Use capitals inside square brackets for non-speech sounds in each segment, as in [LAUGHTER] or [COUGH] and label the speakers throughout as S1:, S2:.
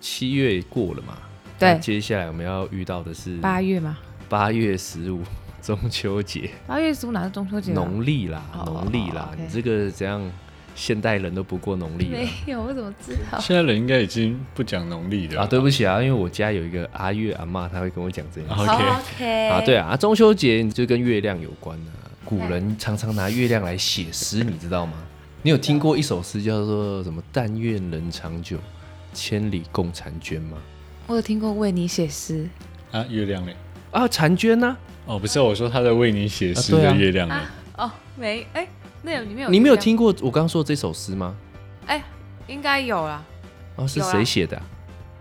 S1: 七月过了嘛，那
S2: 对，
S1: 接下来我们要遇到的是
S2: 八月嘛，
S1: 八月十五 [LAUGHS] 中秋节，
S2: 八月十五哪是中秋节、啊？
S1: 农历啦，
S2: 哦
S1: 农历啦
S2: 哦，
S1: 你
S2: OK
S1: 这个怎样？现代人都不过农历
S2: 没
S1: 了
S2: 有，我怎么知道？
S3: 现在人应该已经不讲农历了
S1: 啊！对不起啊，因为我家有一个阿月阿嬷，她会跟我讲这件事。
S3: OK
S2: 好 OK
S1: 啊，对啊，啊中秋节就跟月亮有关啊。古人常常拿月亮来写诗，你知道吗？你有听过一首诗叫做什么“但愿人长久，千里共婵娟”吗？
S2: 我有听过为你写诗
S3: 啊，月亮嘞？
S1: 啊，婵娟呢、
S3: 哦，不是，我说他在为你写诗
S1: 啊对啊
S3: 的月亮嘞。
S2: 啊，哦，没，哎、那有里面有
S1: 你没有
S2: 月亮？
S1: 听过我刚说这首诗吗？
S2: 哎、应该有啦。
S1: 啊，是
S2: 有啊
S1: 谁写的啊？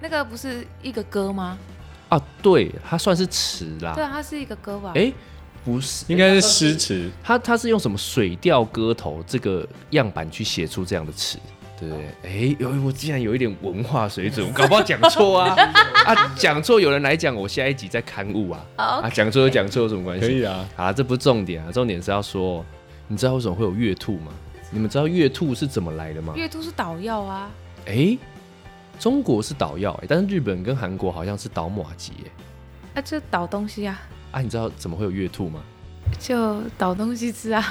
S2: 那个不是一个歌吗？
S1: 啊对，它算是词啦
S2: 对。啊，它是一个歌吧？
S1: 哎、不是，
S3: 应该是诗词，
S1: 他他是用什么水调歌头这个样板去写出这样的词，对不对？
S2: 哦
S1: 哎、有我竟然有一点文化水准，我搞不好讲错
S2: [LAUGHS]
S1: 啊啊，讲错有人来讲，我下一集再刊物啊
S2: 好
S1: 啊，讲错就讲错有什么关系？
S3: 可以啊。
S1: 啊，这不是重点啊，重点是要说，你知道为什么会有月兔吗？你们知道月兔是怎么来的吗？
S2: 哦月兔是捣药啊，
S1: 哎、中国是捣药、哎但是日本跟韩国好像是捣马吉、哎
S2: 啊，就捣东西啊，
S1: 啊，你知道怎么会有月兔吗？
S2: 就捣东西吃啊。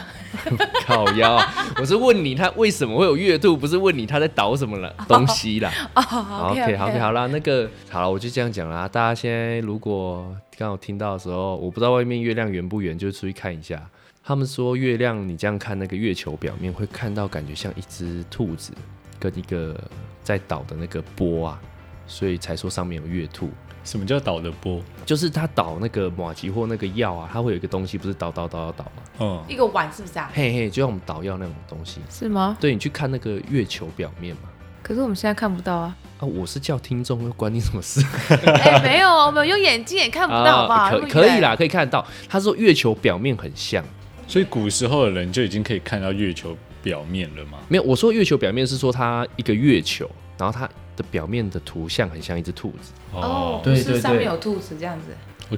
S1: 靠腰啊、我是问你他为什么会有月兔，不是问你他在捣什么了东西啦。
S2: 哦好
S1: OK，好，OK，
S2: ，OK，
S1: 好啦，那个好了，我就这样讲啦。大家现在如果刚好听到的时候，我不知道外面月亮圆不圆，就出去看一下。他们说月亮，你这样看那个月球表面，会看到感觉像一只兔子跟一个在倒的那个波啊，所以才说上面有月兔。
S3: 什么叫岛的波？
S1: 就是它倒那个马吉或那个药啊，它会有一个东西，不是倒倒倒倒倒吗？
S3: 哦，
S2: 一个碗是不是啊？
S1: 嘿嘿，就像我们倒药那种东西。
S2: 是吗？
S1: 对你去看那个月球表面嘛。
S2: 可是我们现在看不到啊。
S1: 啊，我是叫听众，又关你什么事？
S2: 哎、没有，我们用眼睛也看不到，好不好？
S1: 啊可
S2: 那么
S1: 可以
S2: 远。
S1: 啦，可以看得到。他说月球表面很像，
S3: 所以古时候的人就已经可以看到月球表面了嘛？
S1: 没有，我说月球表面是说它一个月球，然后它的表面的图像很像一只兔子。
S2: 哦，
S1: 对
S2: 是上
S1: 对
S2: 面有兔子这样子。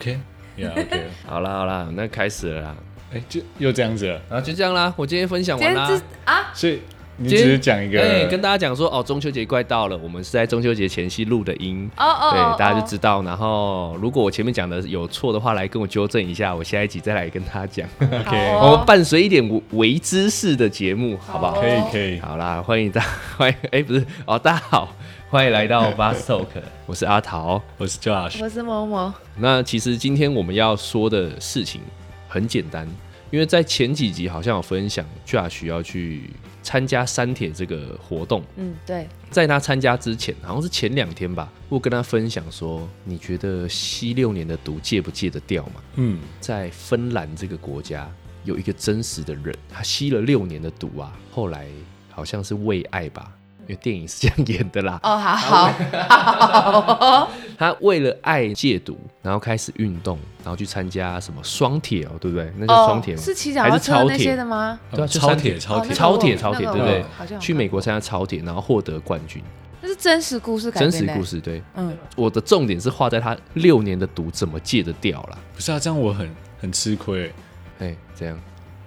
S3: ，OK，Yeah，OK，
S2: [LAUGHS]
S1: 好啦好啦，那开始了啦，
S3: 哎，就又这样子了。
S1: 啊就这样啦，我今天分享
S2: 今
S1: 完
S2: 天
S1: 啦。
S2: 这啊，
S3: 所以你
S1: 今
S3: 只
S1: 天
S3: 是讲一
S1: 对，
S3: 个，
S1: 跟大家讲说哦，中秋节快到了，我们是在中秋节前夕录的音。
S2: 哦哦，
S1: 对，大家就
S2: 知
S1: 知道。然后，如果我前面讲的有错的话，来跟我纠正一下，我下一集再来跟他讲。
S2: 道。好
S1: 我
S2: 哦
S1: 们伴随一点微微知识的节目，好不好？
S3: 可以可以，
S1: 好啦，欢迎大 [LAUGHS] 欢迎哎、不是哦，大家好，欢迎来到 b a s t o k [LAUGHS] 我是阿桃。
S3: 我是 Josh，
S2: 我是某某，
S1: 那其实今天我们要说的事情很简单，因为在前几集好像有分享 Josh 要去参加山铁这个活动，
S2: 嗯，对，
S1: 在他参加之前，好像是前两天吧，我跟他分享说，你觉得吸六年的毒戒不戒得掉吗？
S3: 嗯，
S1: 在芬兰这个国家有一个真实的人，他吸了六年的毒啊，后来好像是为爱吧，因为电影是这样演的啦。 [LAUGHS]
S2: 哦，好好，
S1: 他为了爱戒毒，然后开始运动，然后去参加什么双铁哦，对不对？那叫双
S2: 哦
S1: 铁，吗？
S2: 是骑脚
S1: 还
S2: 踏
S1: 是
S2: 车
S1: 超
S2: 那些
S1: 铁
S2: 的？吗？
S1: 对啊，就
S3: 超
S1: 三
S3: 铁
S2: 哦
S3: 超
S2: 那个
S3: 铁，
S1: 超铁
S2: 我
S1: 超铁，
S2: 那
S1: 对
S2: 个
S1: 不
S3: 我
S1: 对
S2: 好像？有
S1: 去美国参加超铁，然后获得冠军，
S2: 那是真实故事改
S1: 真
S2: 编
S1: 实
S2: 的
S1: 故。事。对，
S2: 嗯，
S1: 我的重点是画在他六年的毒怎么戒得掉啦。
S3: 不是啊，这样我很很吃亏，
S1: 哎，这样，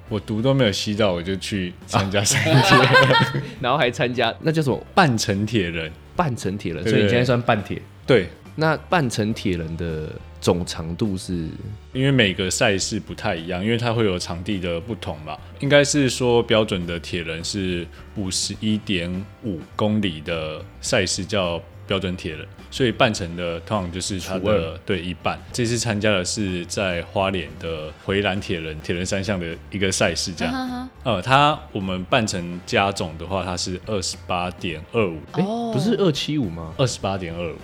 S3: 我毒都没有吸到，我就去参
S1: 啊
S3: 加山
S1: [LAUGHS] 然后还参加那叫什么
S3: 半成铁人，
S1: 半成铁人，
S3: 对
S1: 所以你
S3: 对
S1: 现在算半铁。
S3: 对，
S1: 那半成铁人的总长度是
S3: 因为每个赛事不太一样，因为它会有场地的不同嘛。应该是说标准的铁人是五十一点五公里的赛事叫标准铁人，所以半程的通常就是它
S1: 除二
S3: 的对一半。这次参加的是在花莲的回蓝铁人铁人三项的一个赛事，这样。
S2: 哈哈
S3: 呃，它我们半程加总的话，它是二十八点二五，
S1: 哎、
S2: 哦
S1: 不是二七五吗？
S3: 二十八点二五，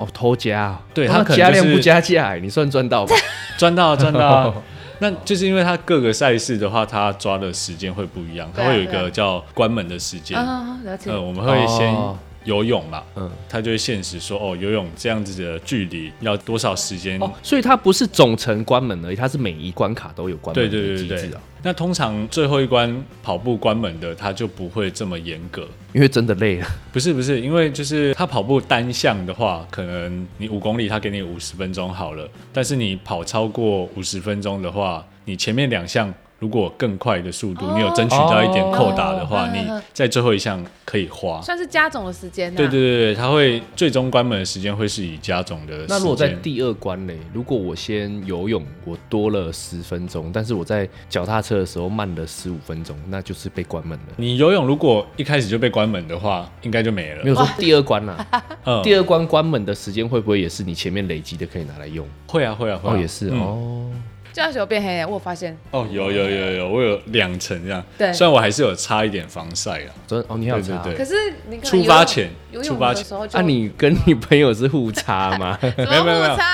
S1: 哦，偷加啊，
S3: 对
S1: 哦
S3: 他
S1: 那
S3: 可能
S1: 加
S3: 就
S1: 量不
S3: 是
S1: 加价、哎，你算赚到吧？
S3: 赚到啊赚
S1: [LAUGHS]
S3: 到啊。那就是因为它各个赛事的话，它抓的时间会不一样，
S2: 对
S3: 它
S2: 啊
S3: 会有一
S2: 对
S3: 个
S2: 啊
S3: 叫关门的时间。
S2: 啊，了解。
S3: 嗯呃，我们会先
S1: 哦
S3: 游泳嘛，
S1: 嗯
S3: 它就会限时说，哦，游泳这样子的距离要多少时间？
S1: 哦，所以它不是总程关门而已，它是每一关卡都有关
S3: 对
S1: 门
S3: 对
S1: 的
S3: 对
S1: 机
S3: 对
S1: 制
S3: 对
S1: 啊，。
S3: 那通常最后一关跑步关门的，它就不会这么严格。
S1: 因为真的累了，
S3: 不是不是，因为就是他跑步单项的话，可能你五公里他给你五十分钟好了，但是你跑超过五十分钟的话，你前面两项如果更快的速度，
S2: 哦
S3: 你有争取到一点扣打的
S2: 哦
S3: 话，
S2: 嗯
S3: 你
S2: 嗯嗯
S3: 在最后一项可以花。
S2: 算是加总的时间呐、啊
S3: 对对对对，它会最终关门的时间会是以加总的时间。
S1: 那如果在第二关嘞，如果我先游泳，我多了十分钟，但是我在脚踏车的时候慢了十五分钟，那就是被关门了。
S3: 你游泳如果一开始就被关门的话，应该就没了。
S1: 没有说第二关啦，
S3: 嗯，
S1: 第二关关门的时间会不会也是你前面累积的可以拿来用？
S3: 会啊会啊会啊，
S1: 哦，也是
S3: 嗯。
S1: 哦。
S2: 这样球变黑了，我有发现。
S3: 哦，有有有有，我有两层这样。
S2: 对
S3: 虽然我还是有擦一点防晒啊啦。
S1: 真哦，你好差哦。
S3: 对对对
S2: 可是你可能
S3: 出发前
S2: 游泳
S3: 出
S2: 游
S3: 发
S2: 泳
S3: 前
S2: 的时候就
S1: 啊，你跟你朋友是互插吗？
S2: 怎
S3: 没有没有没
S2: 么
S3: 有
S2: 误差、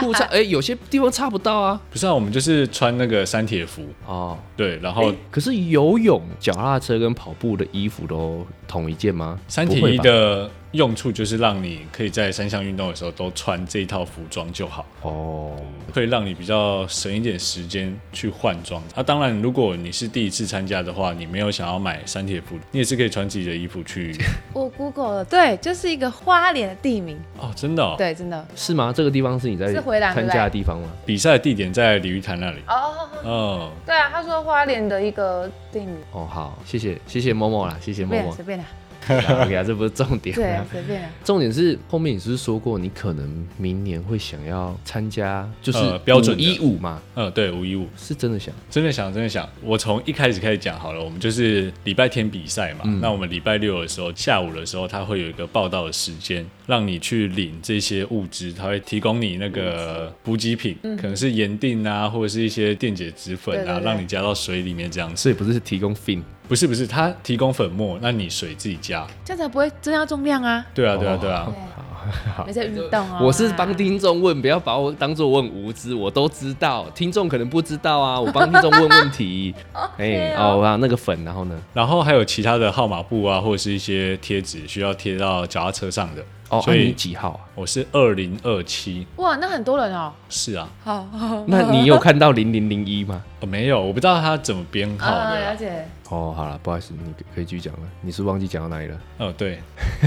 S1: [LAUGHS] 互插，哎、有些地方插不到啊。
S3: 不是啊，我们就是穿那个三铁服，
S1: 哦，
S3: 对，然后
S1: 可是游泳、脚踏车跟跑步的衣服都同一件吗？
S3: 三
S1: 不
S3: 体
S1: 会
S3: 一
S1: 吧
S3: 的用处就是让你可以在三项运动的时候都穿这一套服装就好，
S1: 哦，
S3: 会让你比较省一点时间去换装。啊，当然，如果你是第一次参加的话，你没有想要买三铁服，你也是可以穿自己的衣服去。
S2: 我 Google 了，对，就是一个花莲的地名，
S3: 哦，真的哦。
S2: 对，真的。
S1: 是吗？这个地方是你在
S2: 是回廊
S1: 参加的地方吗？
S3: 比赛地点在鲤鱼潭那里。
S2: 哦，
S3: 哦，
S2: 对啊，他说花莲的一个地名，
S1: 哦，好，谢谢谢谢某某啦，谢谢
S2: 随
S1: 某
S2: 便
S1: 某
S2: 啊。随便啦，
S1: [LAUGHS] OK 啊，这不是重点
S2: 对
S1: 啊
S2: 啊，。随便啊。
S1: 重点是后面你是不是说过，你可能明年会想要参加，就是
S3: 呃标准的
S1: 一五嘛，
S3: 嗯，对，五一五，
S1: 是真的想
S3: 真的想，真的想，我从一开始开始讲好了，我们就是礼拜天比赛嘛，
S1: 嗯
S3: 那我们礼拜六的时候下午的时候，它会有一个报道的时间，让你去领这些物资，它会提供你那个补给品，
S1: 嗯
S3: 可能是盐锭啊，或者是一些电解质粉啊，
S2: 对对对
S3: 让你加到水里面这样子。
S1: 所以不是提供 fin
S3: 不是不是，它提供粉末，那你水自己加。
S2: 这样才不会增加重量啊！
S3: 对啊对啊
S1: 哦
S3: 对啊，
S2: 没在运动啊。
S1: 我是帮听众问，不要把我当做问无知，我都知道，听众可能不知道 [LAUGHS] 啊，我帮听众问问题。哎、哦，啊，那个粉，然后呢？
S3: 然后还有其他的号码布啊，或者是一些贴纸需要贴到脚踏车上的。
S1: 哦，
S3: 所
S1: 所
S3: 以
S1: 你几号啊？
S3: 我是二零二七，
S2: 哇，那很多人哦。
S3: 是啊，
S2: 好，好
S1: 那你有看到零零零一吗？
S3: 哦没有，我不知道它怎么编号的
S2: 啊，
S3: 啦、
S2: 了解。
S1: [LAUGHS] 哦，好了，不好意思，你可以继续讲了。你是忘记讲到哪里了？
S3: 哦，对，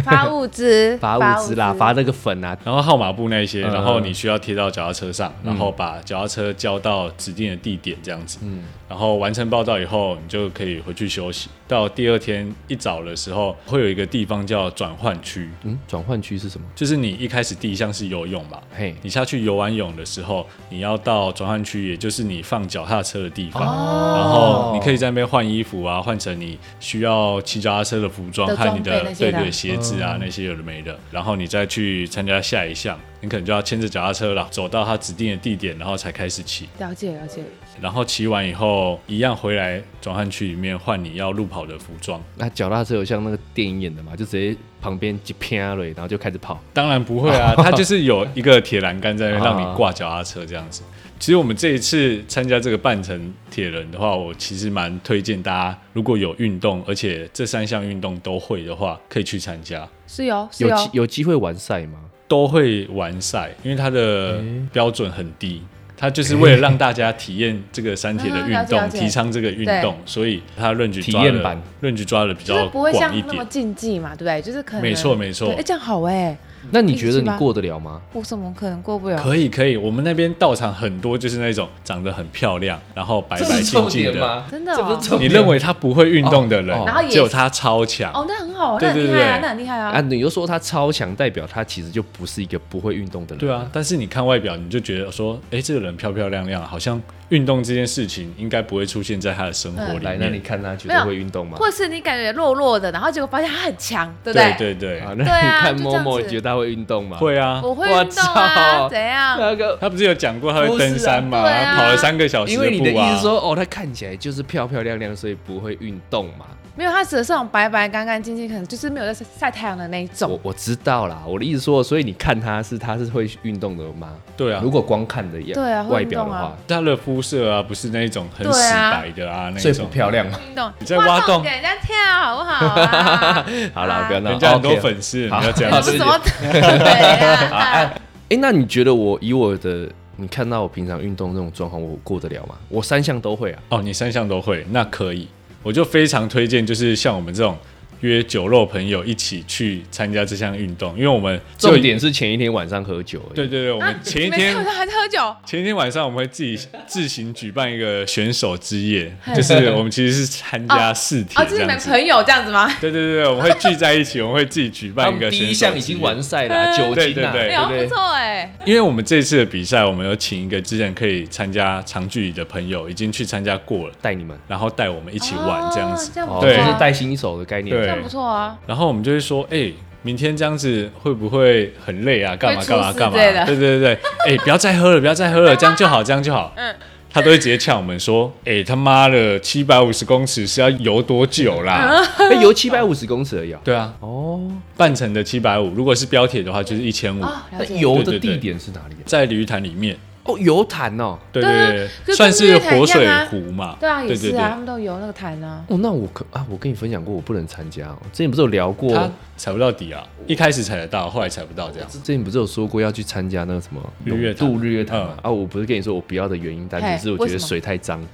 S2: 发物资，
S1: 啊 [LAUGHS] 发物资啦，发那个粉啊。
S3: 然后号码布那一些，
S1: 嗯
S3: 然后你需要贴到脚踏车上，然后把脚踏车交到指定的地点这样子。嗯，然后完成报到以后，你就可以回去休息。到第二天一早的时候，会有一个地方叫转换区，
S1: 嗯，转换区是什么？
S3: 就是你一开始第一项是游泳嘛，
S1: 嘿，
S3: 你下去游完泳的时候，你要到转换区，也就是你放脚踏车的地方。
S1: 哦
S2: 哦
S3: 然后你可以在那边换衣服啊，换成你需要骑脚踏车的服装
S2: 的
S3: 和你的
S2: 装备那些
S3: 对
S2: 的嗯
S3: 对鞋子啊、那些有的没的，然后你再去参加下一项，你可能就要牵着脚踏车了，走到它指定的地点，然后才开始骑。
S2: 了解了解。
S3: 然后骑完以后，一样回来转换区里面换你要路跑的服装。
S1: 那脚踏车有像那个电影演的嘛，就直接旁边一偏了，然后就开始跑。
S3: 当然不会
S1: [LAUGHS]
S3: 啊，它就是有一个铁栏杆在那边让
S1: 啊
S3: 你挂脚踏车这样子。其实我们这一次参加这个半程铁人的话，我其实蛮推荐大家，如果有运动，而且这三项运动都会的话，可以去参加。
S2: 是有是
S1: 有
S2: 哦有，
S1: 机有机会完赛吗？
S3: 都会完赛，因为它的
S1: 嗯
S3: 标准很低，它就是为了让大家体验这个三铁的运
S2: 啊了解
S3: 动，
S2: 了解
S3: 体倡这个运动，所以它论据抓
S1: 体验版
S3: 的论据抓的比
S2: 就是
S3: 较
S2: 不会像
S3: 广一
S2: 那么
S3: 点。
S2: 竞技嘛，对不对？就是可能
S3: 没错没错
S2: 对哎，这样好哎，
S1: 那你觉得你过得了吗？
S2: 我怎么可能过不了？
S3: 可以可以，我们那边道场很多，就是那种长得很漂亮，然后白
S1: 这
S3: 白
S1: 是
S3: 净
S1: 重
S3: 净
S1: 点
S3: 的，
S1: 吗？
S2: 真的哦
S1: 这不是重
S3: 你
S1: 点
S3: 认为他不会运动的人，
S1: 哦
S2: 然后也
S3: 只有他超强。
S2: 哦，那很好，
S3: 对
S2: 那很
S3: 对
S2: 厉害啊，
S3: 对
S2: 那很厉害
S1: 啊？
S2: 啊。
S1: 你又说他超强，代表他其实就不是一个不会运动的人。
S3: 对啊，但是你看外表，你就觉得说，哎，这个人漂漂亮亮，好像运动这件事情应该不会出现在他的生活里
S1: 来，那你
S3: 面。
S1: 看他觉
S2: 嗯没
S1: 得
S2: 有
S1: 会运动吗？
S2: 或是你感觉弱弱的，然后结果发现他很强，对不
S3: 对
S2: 对？
S3: 对对，
S1: 啊，那
S2: 对
S1: 你
S2: 啊
S1: 看
S2: 就这样
S1: Momo，
S2: 子
S1: 你觉得他会运动吗？。
S3: 会啊。
S2: 我会
S1: 我
S2: 运动啊
S1: 操，
S2: 怎样？
S1: 那个，
S3: 他不是有讲过他会登山吗？
S2: 不是啊对啊
S3: 跑了三个小时
S1: 因为你的
S3: 步
S1: 意思
S3: 啊。
S1: 是说，哦，他看起来就是漂漂亮亮，所以不会运动嘛？
S2: 没有，他指的是那种白白干干净净，可能就是没有在晒晒太阳的那一种
S1: 我。我知道啦，我的意思说，所以你看他是他是会运动的吗？
S3: 对啊
S1: 如，果光看的样
S2: 对啊
S1: 外
S2: 会运
S1: 表
S2: 动
S1: 的
S2: 啊
S1: 话，
S3: 他的肤色啊，不是那一种很
S2: 对
S3: 死
S2: 啊
S3: 白的啊，那
S1: 所
S3: 一
S1: 以不
S3: 种。
S1: 漂亮
S2: [LAUGHS]
S1: 嘛。
S2: 运动，
S3: 你在挖洞
S2: 给人家跳好不好
S3: [LAUGHS]
S2: 啊？
S1: 好啦，不要闹，
S3: 人家很多
S1: 啊 OK
S3: 粉丝，你
S1: 好
S3: 要这
S1: 好
S3: 样
S1: 对不
S3: 子
S2: 是
S1: 起
S2: 什么？ [LAUGHS]
S3: [LAUGHS]
S2: 对啊，
S1: 哎、那你觉得我以我的你看到我平常运动这种状况，我过得了吗？我三项都会啊。
S3: 哦，你三项都会，那可以。我就非常推荐，就是像我们这种约酒肉朋友一起去参加这项运动，因为我们就
S1: 重点是前一天晚上喝酒、
S3: 对，对对，我们前一
S2: 每
S3: 天、
S2: 晚上还在喝酒，
S3: 前一天晚上我们会自己自行举办一个选手之夜，
S2: 嘿
S3: 就是我们其实是参加四
S2: 哦，
S3: 铁
S2: 就是
S3: [LAUGHS] 这
S2: 你
S3: 样
S2: 们
S3: 子。
S2: 朋友这样子吗？
S3: 对对对对，我们会聚在一起，我们会自己举
S1: 他
S3: 办一
S1: 们
S3: 个选手
S1: 第一项已
S3: 之
S1: 经
S3: 夜
S1: 完赛啦，酒精啊，
S2: 哎
S3: 对
S1: 对
S2: 呦，
S1: 不
S2: 不
S1: 对？
S2: 错哎，
S3: 因为我们这次的比赛，我们有请一个之前可以参加长距离的朋友，已经去参加过了，
S1: 带你们
S3: 然后带我们一起玩这样子
S2: 哦。这样不
S1: 哦，
S2: 错
S3: 对
S1: 就是
S2: 啊，
S1: 带新手的概念。
S2: 这
S3: 对
S2: 样不错啊，
S3: 然后我们就会说，哎、明天这样子会不会很累啊？干嘛
S2: 会出
S3: 干嘛
S2: 事
S3: 干
S2: 之
S3: 嘛？
S2: 类的
S3: 对对对对，哎、不要再喝了，不要再
S2: [LAUGHS]
S3: 喝了，这样就好，这样就好。
S2: 嗯，
S3: 他都会直接呛我们说，哎、他妈的，七百五十公尺是要游多久啦？
S2: 嗯
S1: 哎，游七百五十公尺而已哦。
S3: 对啊，
S1: 哦，
S3: 半程的七百五，如果是标铁的话就是一千五，
S2: 哦，了
S1: 那
S2: 解。
S1: 哎游的
S3: 对对对
S1: 地点是哪里啊？
S3: 在鲤鱼潭里面。
S1: 哦，游潭哦。
S3: 对
S2: 对啊
S3: 对
S2: 可是
S3: 对，算
S2: 跟日
S3: 是
S2: 月潭一
S3: 活水
S2: 样啊
S3: 湖嘛。
S2: 对啊，也
S3: 对
S2: 是
S3: 对
S2: 啊，他们都有那个坛啊。
S1: 哦，那我可啊，我跟你分享过，我不能参加哦。之前不是有聊过，
S3: 他踩不到底啊，一开始踩得到，后来踩不到
S2: 啊
S3: 这样。
S1: 之前不是有说过要去参加那个什么
S3: 日月潭嗯
S1: 泳渡日月潭嘛？啊，我不是跟你说我不要的原因单纯
S2: 嘿
S1: 是我觉
S2: 为
S1: 得
S2: 什么
S1: 水太脏，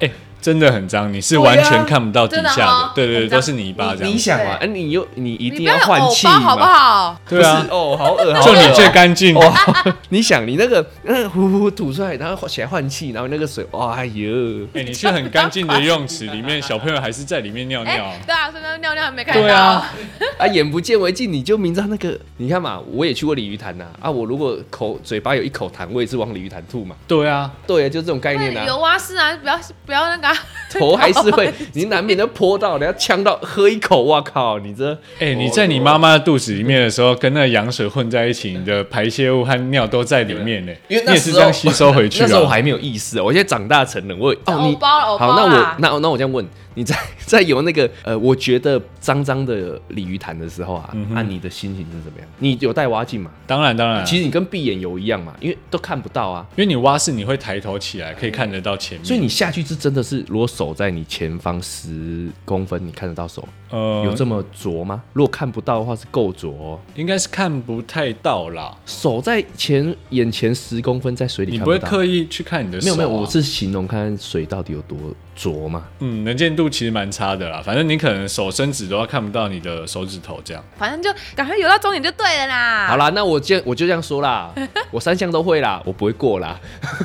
S3: 哎、真的很脏，你是完
S1: 对啊
S3: 全看不到底下
S2: 真的哦
S3: 对对对，
S2: 很脏
S3: 都是泥巴这
S1: 你
S3: 样
S1: 你
S3: 子。
S1: 想嘛，哎，你又你一
S2: 你
S1: 定
S2: 不要
S1: 要换
S2: 有偶
S1: 气
S2: 包好不
S1: 嘛？
S2: 好？
S3: 对啊
S1: 不是，哦，好 [LAUGHS] 恶，好
S3: 就你
S1: 恶
S3: 最
S1: 哦
S3: 干净。
S1: 哇！ [LAUGHS] 你想，你那个嗯呼呼吐出来，然后起来换气，然后那个水，哇哎呦！
S3: 哎、你去很干净的游泳池里面，小朋友还是在里面尿尿。
S2: 哎，对啊，顺便尿尿还没看
S3: 对
S2: 到
S3: 啊。，
S1: 啊，眼不见为净，你就明知道那个，你看嘛，我也去过鲤鱼潭呐、啊，我如果口嘴巴有一口痰，我也是往鲤鱼潭吐嘛。
S3: 对啊，
S1: 对啊，就这种概念
S2: 那
S1: 啊，
S2: 有蛙式啊，不要不要那个啊。 [LAUGHS]
S1: 头还是会，你难免都泼到，你要呛到，喝一口，哇靠，你这，
S3: 哎、你在你妈妈的肚子里面的时候，跟那个羊水混在一起，你的排泄物和尿都在里面呢、
S1: 啊因为
S3: 你
S1: 那
S3: 也
S1: 时
S3: 是
S1: 候
S3: 这样吸收回
S1: [LAUGHS]
S3: 去
S1: 那时候我
S3: 啊。
S1: 还没有意识，哦我现在长大成人，我有哦，
S2: 偶
S1: 你
S2: 包偶包
S1: 好，那我
S2: 啦
S1: 那那我这样问，你在在游那个呃，我觉得脏脏的鲤鱼潭的时候啊，
S3: 嗯哼
S1: 啊，你的心情是怎么样？你有戴蛙镜吗？
S3: 当然当然，
S1: 其实你跟闭眼游一样嘛，因为都看不到啊，
S3: 因为你蛙式，你会抬头起来，可以看得到前面。
S1: 所以你下去是真的是，如果手在你前方十公分，你看得到手，
S3: 呃，
S1: 有这么浊吗？如果看不到的话是够浊、哦，
S3: 应该是看不太到啦。
S1: 手在前眼前十公分在水里
S3: 你
S1: 看
S3: 不会
S1: 到。
S3: 刻意去看你的手、
S1: 没有
S3: 啊，
S1: 没有，我是形容看水到底有多浊嘛。
S3: 嗯，能见度其实蛮差的啦。反正你可能手伸直都要看不到你的手指头
S1: [LAUGHS]
S3: 这样。
S2: 反正就赶快游到终点就对了啦。
S1: 好，啦，那我这样我就这样说 [LAUGHS] 啦，我三项都会啦，我不会过啦。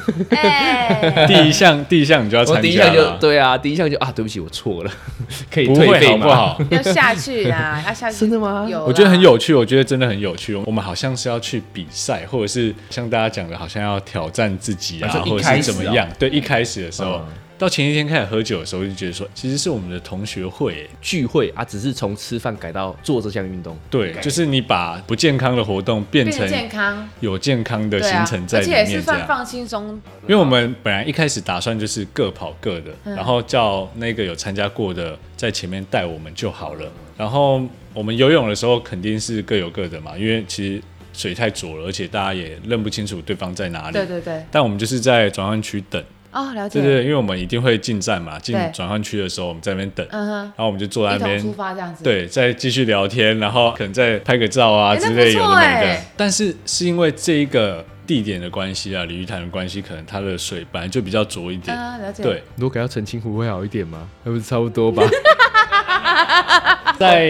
S3: [LAUGHS]
S2: 哎，
S3: 第一项，第一项你就要参
S1: 我
S3: 加啦，
S1: 第一项就对啊，第一项就啊，对不起，我错 [LAUGHS] 了，可以
S3: 不
S1: 退
S3: 会
S1: 费
S3: 好
S1: 吗？
S3: 不好？
S2: 要下去啦，要下去。
S1: 真的吗
S2: 有啦，
S3: 我觉得很有趣，我觉得真的很有趣。我们好像是要去比赛，或者是像大家讲的，好像要挑战自己啊，
S1: 啊就一
S3: 或者
S1: 开
S3: 是
S1: 始
S3: 怎么样？对，一开始的时候，
S1: 嗯
S3: 到前一天开始喝酒的时候，就觉得说，其实是我们的同学会欸耶。
S1: 聚会啊，只是从吃饭改到做这项运动。
S3: 对，就是你把不健康的活动变
S2: 变
S3: 成
S2: 得健康，
S3: 有健康的
S2: 对
S3: 行
S2: 啊
S3: 程，在
S2: 而
S3: 里
S2: 且也
S3: 面，
S2: 是
S3: 这
S2: 放
S3: 样。
S2: 放轻松。
S3: 因为我们本来一开始打算就是各跑各的，
S2: 嗯
S3: 然后叫那个有参加过的在前面带我们就好了。然后我们游泳的时候肯定是各有各的嘛，因为其实水太浊了，而且大家也认不清楚对方在哪里。
S2: 对对对，
S3: 但我们就是在转换区等，
S2: 哦，了解。
S3: 对对对，因为我们一定会进站嘛，进
S2: 对
S3: 转换区的时候我们在那边等，然
S2: 嗯哼，
S3: 后我们就坐在
S2: 一
S3: 那
S2: 同
S3: 边
S2: 出发这样子。
S3: 对，再继续聊天，然后可能再拍个照啊
S2: 诶哎那
S3: 之类
S2: 不
S3: 有
S2: 错哎
S3: 的没的
S2: 诶。
S3: 但是是因为这一个地点的关系啊，鲤鱼潭的关系，可能它的水本来就比较浊一点。
S2: 啊，了解。
S3: 对，
S1: 如果要澄清湖会好一点吗？那不是差不多吧？
S2: 啊
S3: 在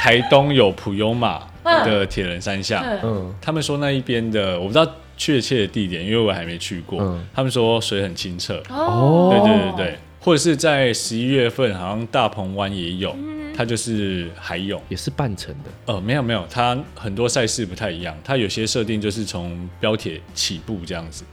S3: 台东有普悠玛的铁人三项，
S2: 嗯，
S1: [LAUGHS] 嗯，
S3: 他们说那一边的我不知道确切的地点，因为我还没去过。
S1: 嗯
S3: 他们说水很清澈，
S1: 哦
S3: 对对对对，或者是在十一月份，好像大鹏湾也有，
S2: 嗯
S3: 它就是海泳。
S1: 也是半程的。
S3: 呃，没有没有，它很多赛事不太一样，它有些设定就是从标铁起步这样子，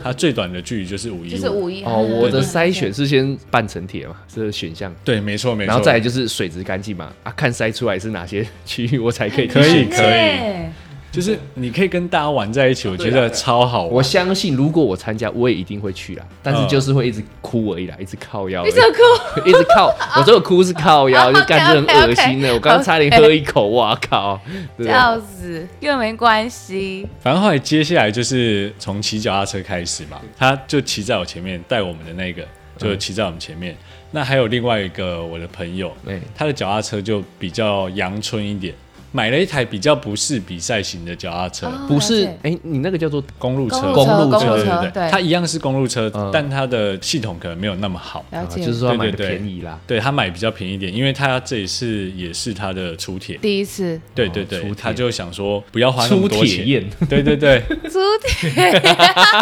S3: 它最短的距离就是五一
S2: 就是
S3: 五。
S2: 五一。
S1: 哦，
S2: 嗯
S1: 我的筛选是先半程铁嘛，这个选项，
S3: 对，没错没错。
S1: 然后再来就是水质干净嘛，啊，看筛出来是哪些区域我才可以去
S3: 可以
S1: 选
S3: 可以就是你可以跟大家玩在一起，我
S1: 对
S3: 觉
S1: 啊
S3: 得
S1: 对啊
S3: 超好
S1: 我
S3: 玩。
S1: 相信，如果我参加，我也一定会去啦。但是就是会一直哭而已啦，一直靠腰而
S2: 你
S1: 已，
S2: 这个酷，
S1: [LAUGHS] 一直
S2: [LAUGHS]
S1: 靠。我这个哭是靠腰，
S2: 哦 [LAUGHS]
S1: 就感觉很恶
S2: OK，OK，
S1: 心的。我刚刚差
S2: [LAUGHS]
S1: 点喝一口，哇靠！对不对
S2: 笑死，又没关系。
S3: 反正后来接下来就是从骑脚踏车开始嘛，他就骑在我前面带我们的那个，就骑在我们前面。那还有另外一个我的朋友，
S1: 哎，
S3: 他的脚踏车就比较阳春一点，买了一台比较不是比赛型的脚踏车，
S2: 哦
S1: 不是
S2: 了解，
S1: 哎，你那个叫做
S3: 公路车，
S1: 公路车
S2: 公路
S3: 对
S2: 车
S3: 对对，它一样是公路车，
S1: 嗯
S3: 但它的系统可能没有那么好。
S2: 了
S1: 啊
S2: 解，
S1: 就是说他买的
S3: 对对对
S1: 便宜啦，
S3: 对他买比较便宜一点，因为他这一次也是他的初铁，
S2: 第一次
S1: [LAUGHS]
S3: 对对对，
S1: 哦初铁
S3: 他就想说不要花那么多
S1: 初铁
S3: 钱，
S1: 宴，
S3: 对对对，
S2: 租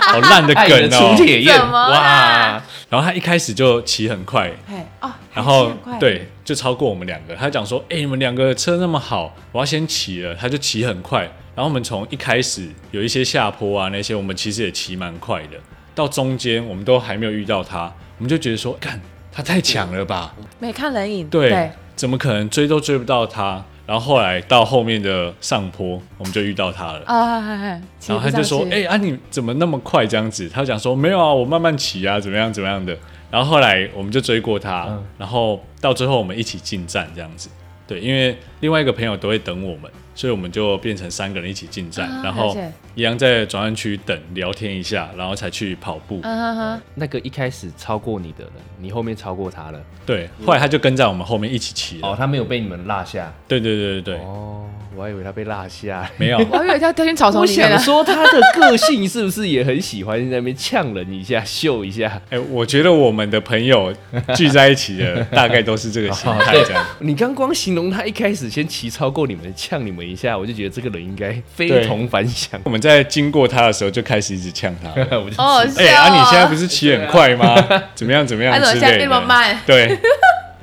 S3: 好烂
S1: [LAUGHS] [LAUGHS]
S3: 的
S1: 爱
S3: 梗
S1: 的
S3: 哦、
S1: 初铁宴，
S2: 怎么
S1: 哇
S2: 啦，
S3: 然后他一开始就骑很快，
S2: 哎哦，
S3: 然后
S2: 还是很快，
S3: 对，就超过我们两个。他讲说：“哎、你们两个车那么好，我要先骑了。”他就骑很快。然后我们从一开始有一些下坡啊那些，我们其实也骑蛮快的。到中间我们都还没有遇到他，我们就觉得说：“干，他太强了吧
S2: 没看人影，？”
S3: 对，怎么可能追都追不到他？然后后来到后面的上坡，我们就遇到他了。
S2: 啊，嗨嗨
S3: 然后他就说：“
S2: 骑不上
S3: 哎、，
S2: 去
S3: 啊，你怎么那么快这样子？”他讲说：“没有啊，我慢慢骑啊，怎么样怎么样的。”然后后来我们就追过他，
S1: 嗯
S3: 然后到最后我们一起进站这样子。对，因为另外一个朋友都会等我们，所以我们就变成三个人一起进站，
S2: 啊
S3: 然后
S2: 了解
S3: 一样在转弯区等聊天一下，然后才去跑步。
S2: 嗯哼哼，
S1: 那个一开始超过你的人，你后面超过他了，
S3: 对，后来他就跟在我们后面一起骑了。
S1: 哦，他没有被你们落下，
S3: 对对对对对，
S1: 哦，我还以为他被落下。
S3: 没有。
S2: 我还以为他掉
S3: [LAUGHS]
S2: 进草丛
S1: 我
S2: 里面了 [LAUGHS]
S1: 想，说他的个性是不是也很喜欢在那边呛人一下、秀一下？
S3: 哎、我觉得我们的朋友聚在一起的大概都是这个
S1: [LAUGHS]
S3: 心
S2: 哦
S3: 态这样。
S1: 你刚光形容他一开始先骑超过你们、呛你们一下，我就觉得这个人应该非
S3: 对
S1: 同凡
S3: [LAUGHS]
S1: 响。
S3: 我们在经过他的时候就开始一直呛他了。
S1: 我就
S2: 哦，好
S3: 哎、
S2: 笑
S3: 啊，你
S2: 哦
S3: 现在不
S2: [LAUGHS]
S3: 是骑很快吗？怎么样怎么样
S2: 哎怎么
S3: 之
S2: 现
S3: 类
S2: 在
S3: 的？
S2: 变那么慢
S3: 对。
S2: [LAUGHS]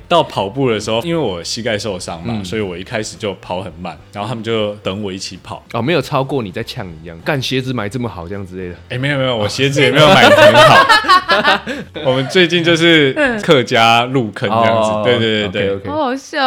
S3: 到跑步的时候，因为我膝盖受伤嘛，
S1: 嗯
S3: 所以我一开始就跑很慢，然后他们就等我一起跑。
S1: 哦，没有超过你在呛你一样，干鞋子买这么好这样之类的。
S3: 哎、没有没有，我鞋子也没有买得很好。 [LAUGHS] 我们最近就是客家入坑这样子，对对对对
S1: o k
S2: 好好笑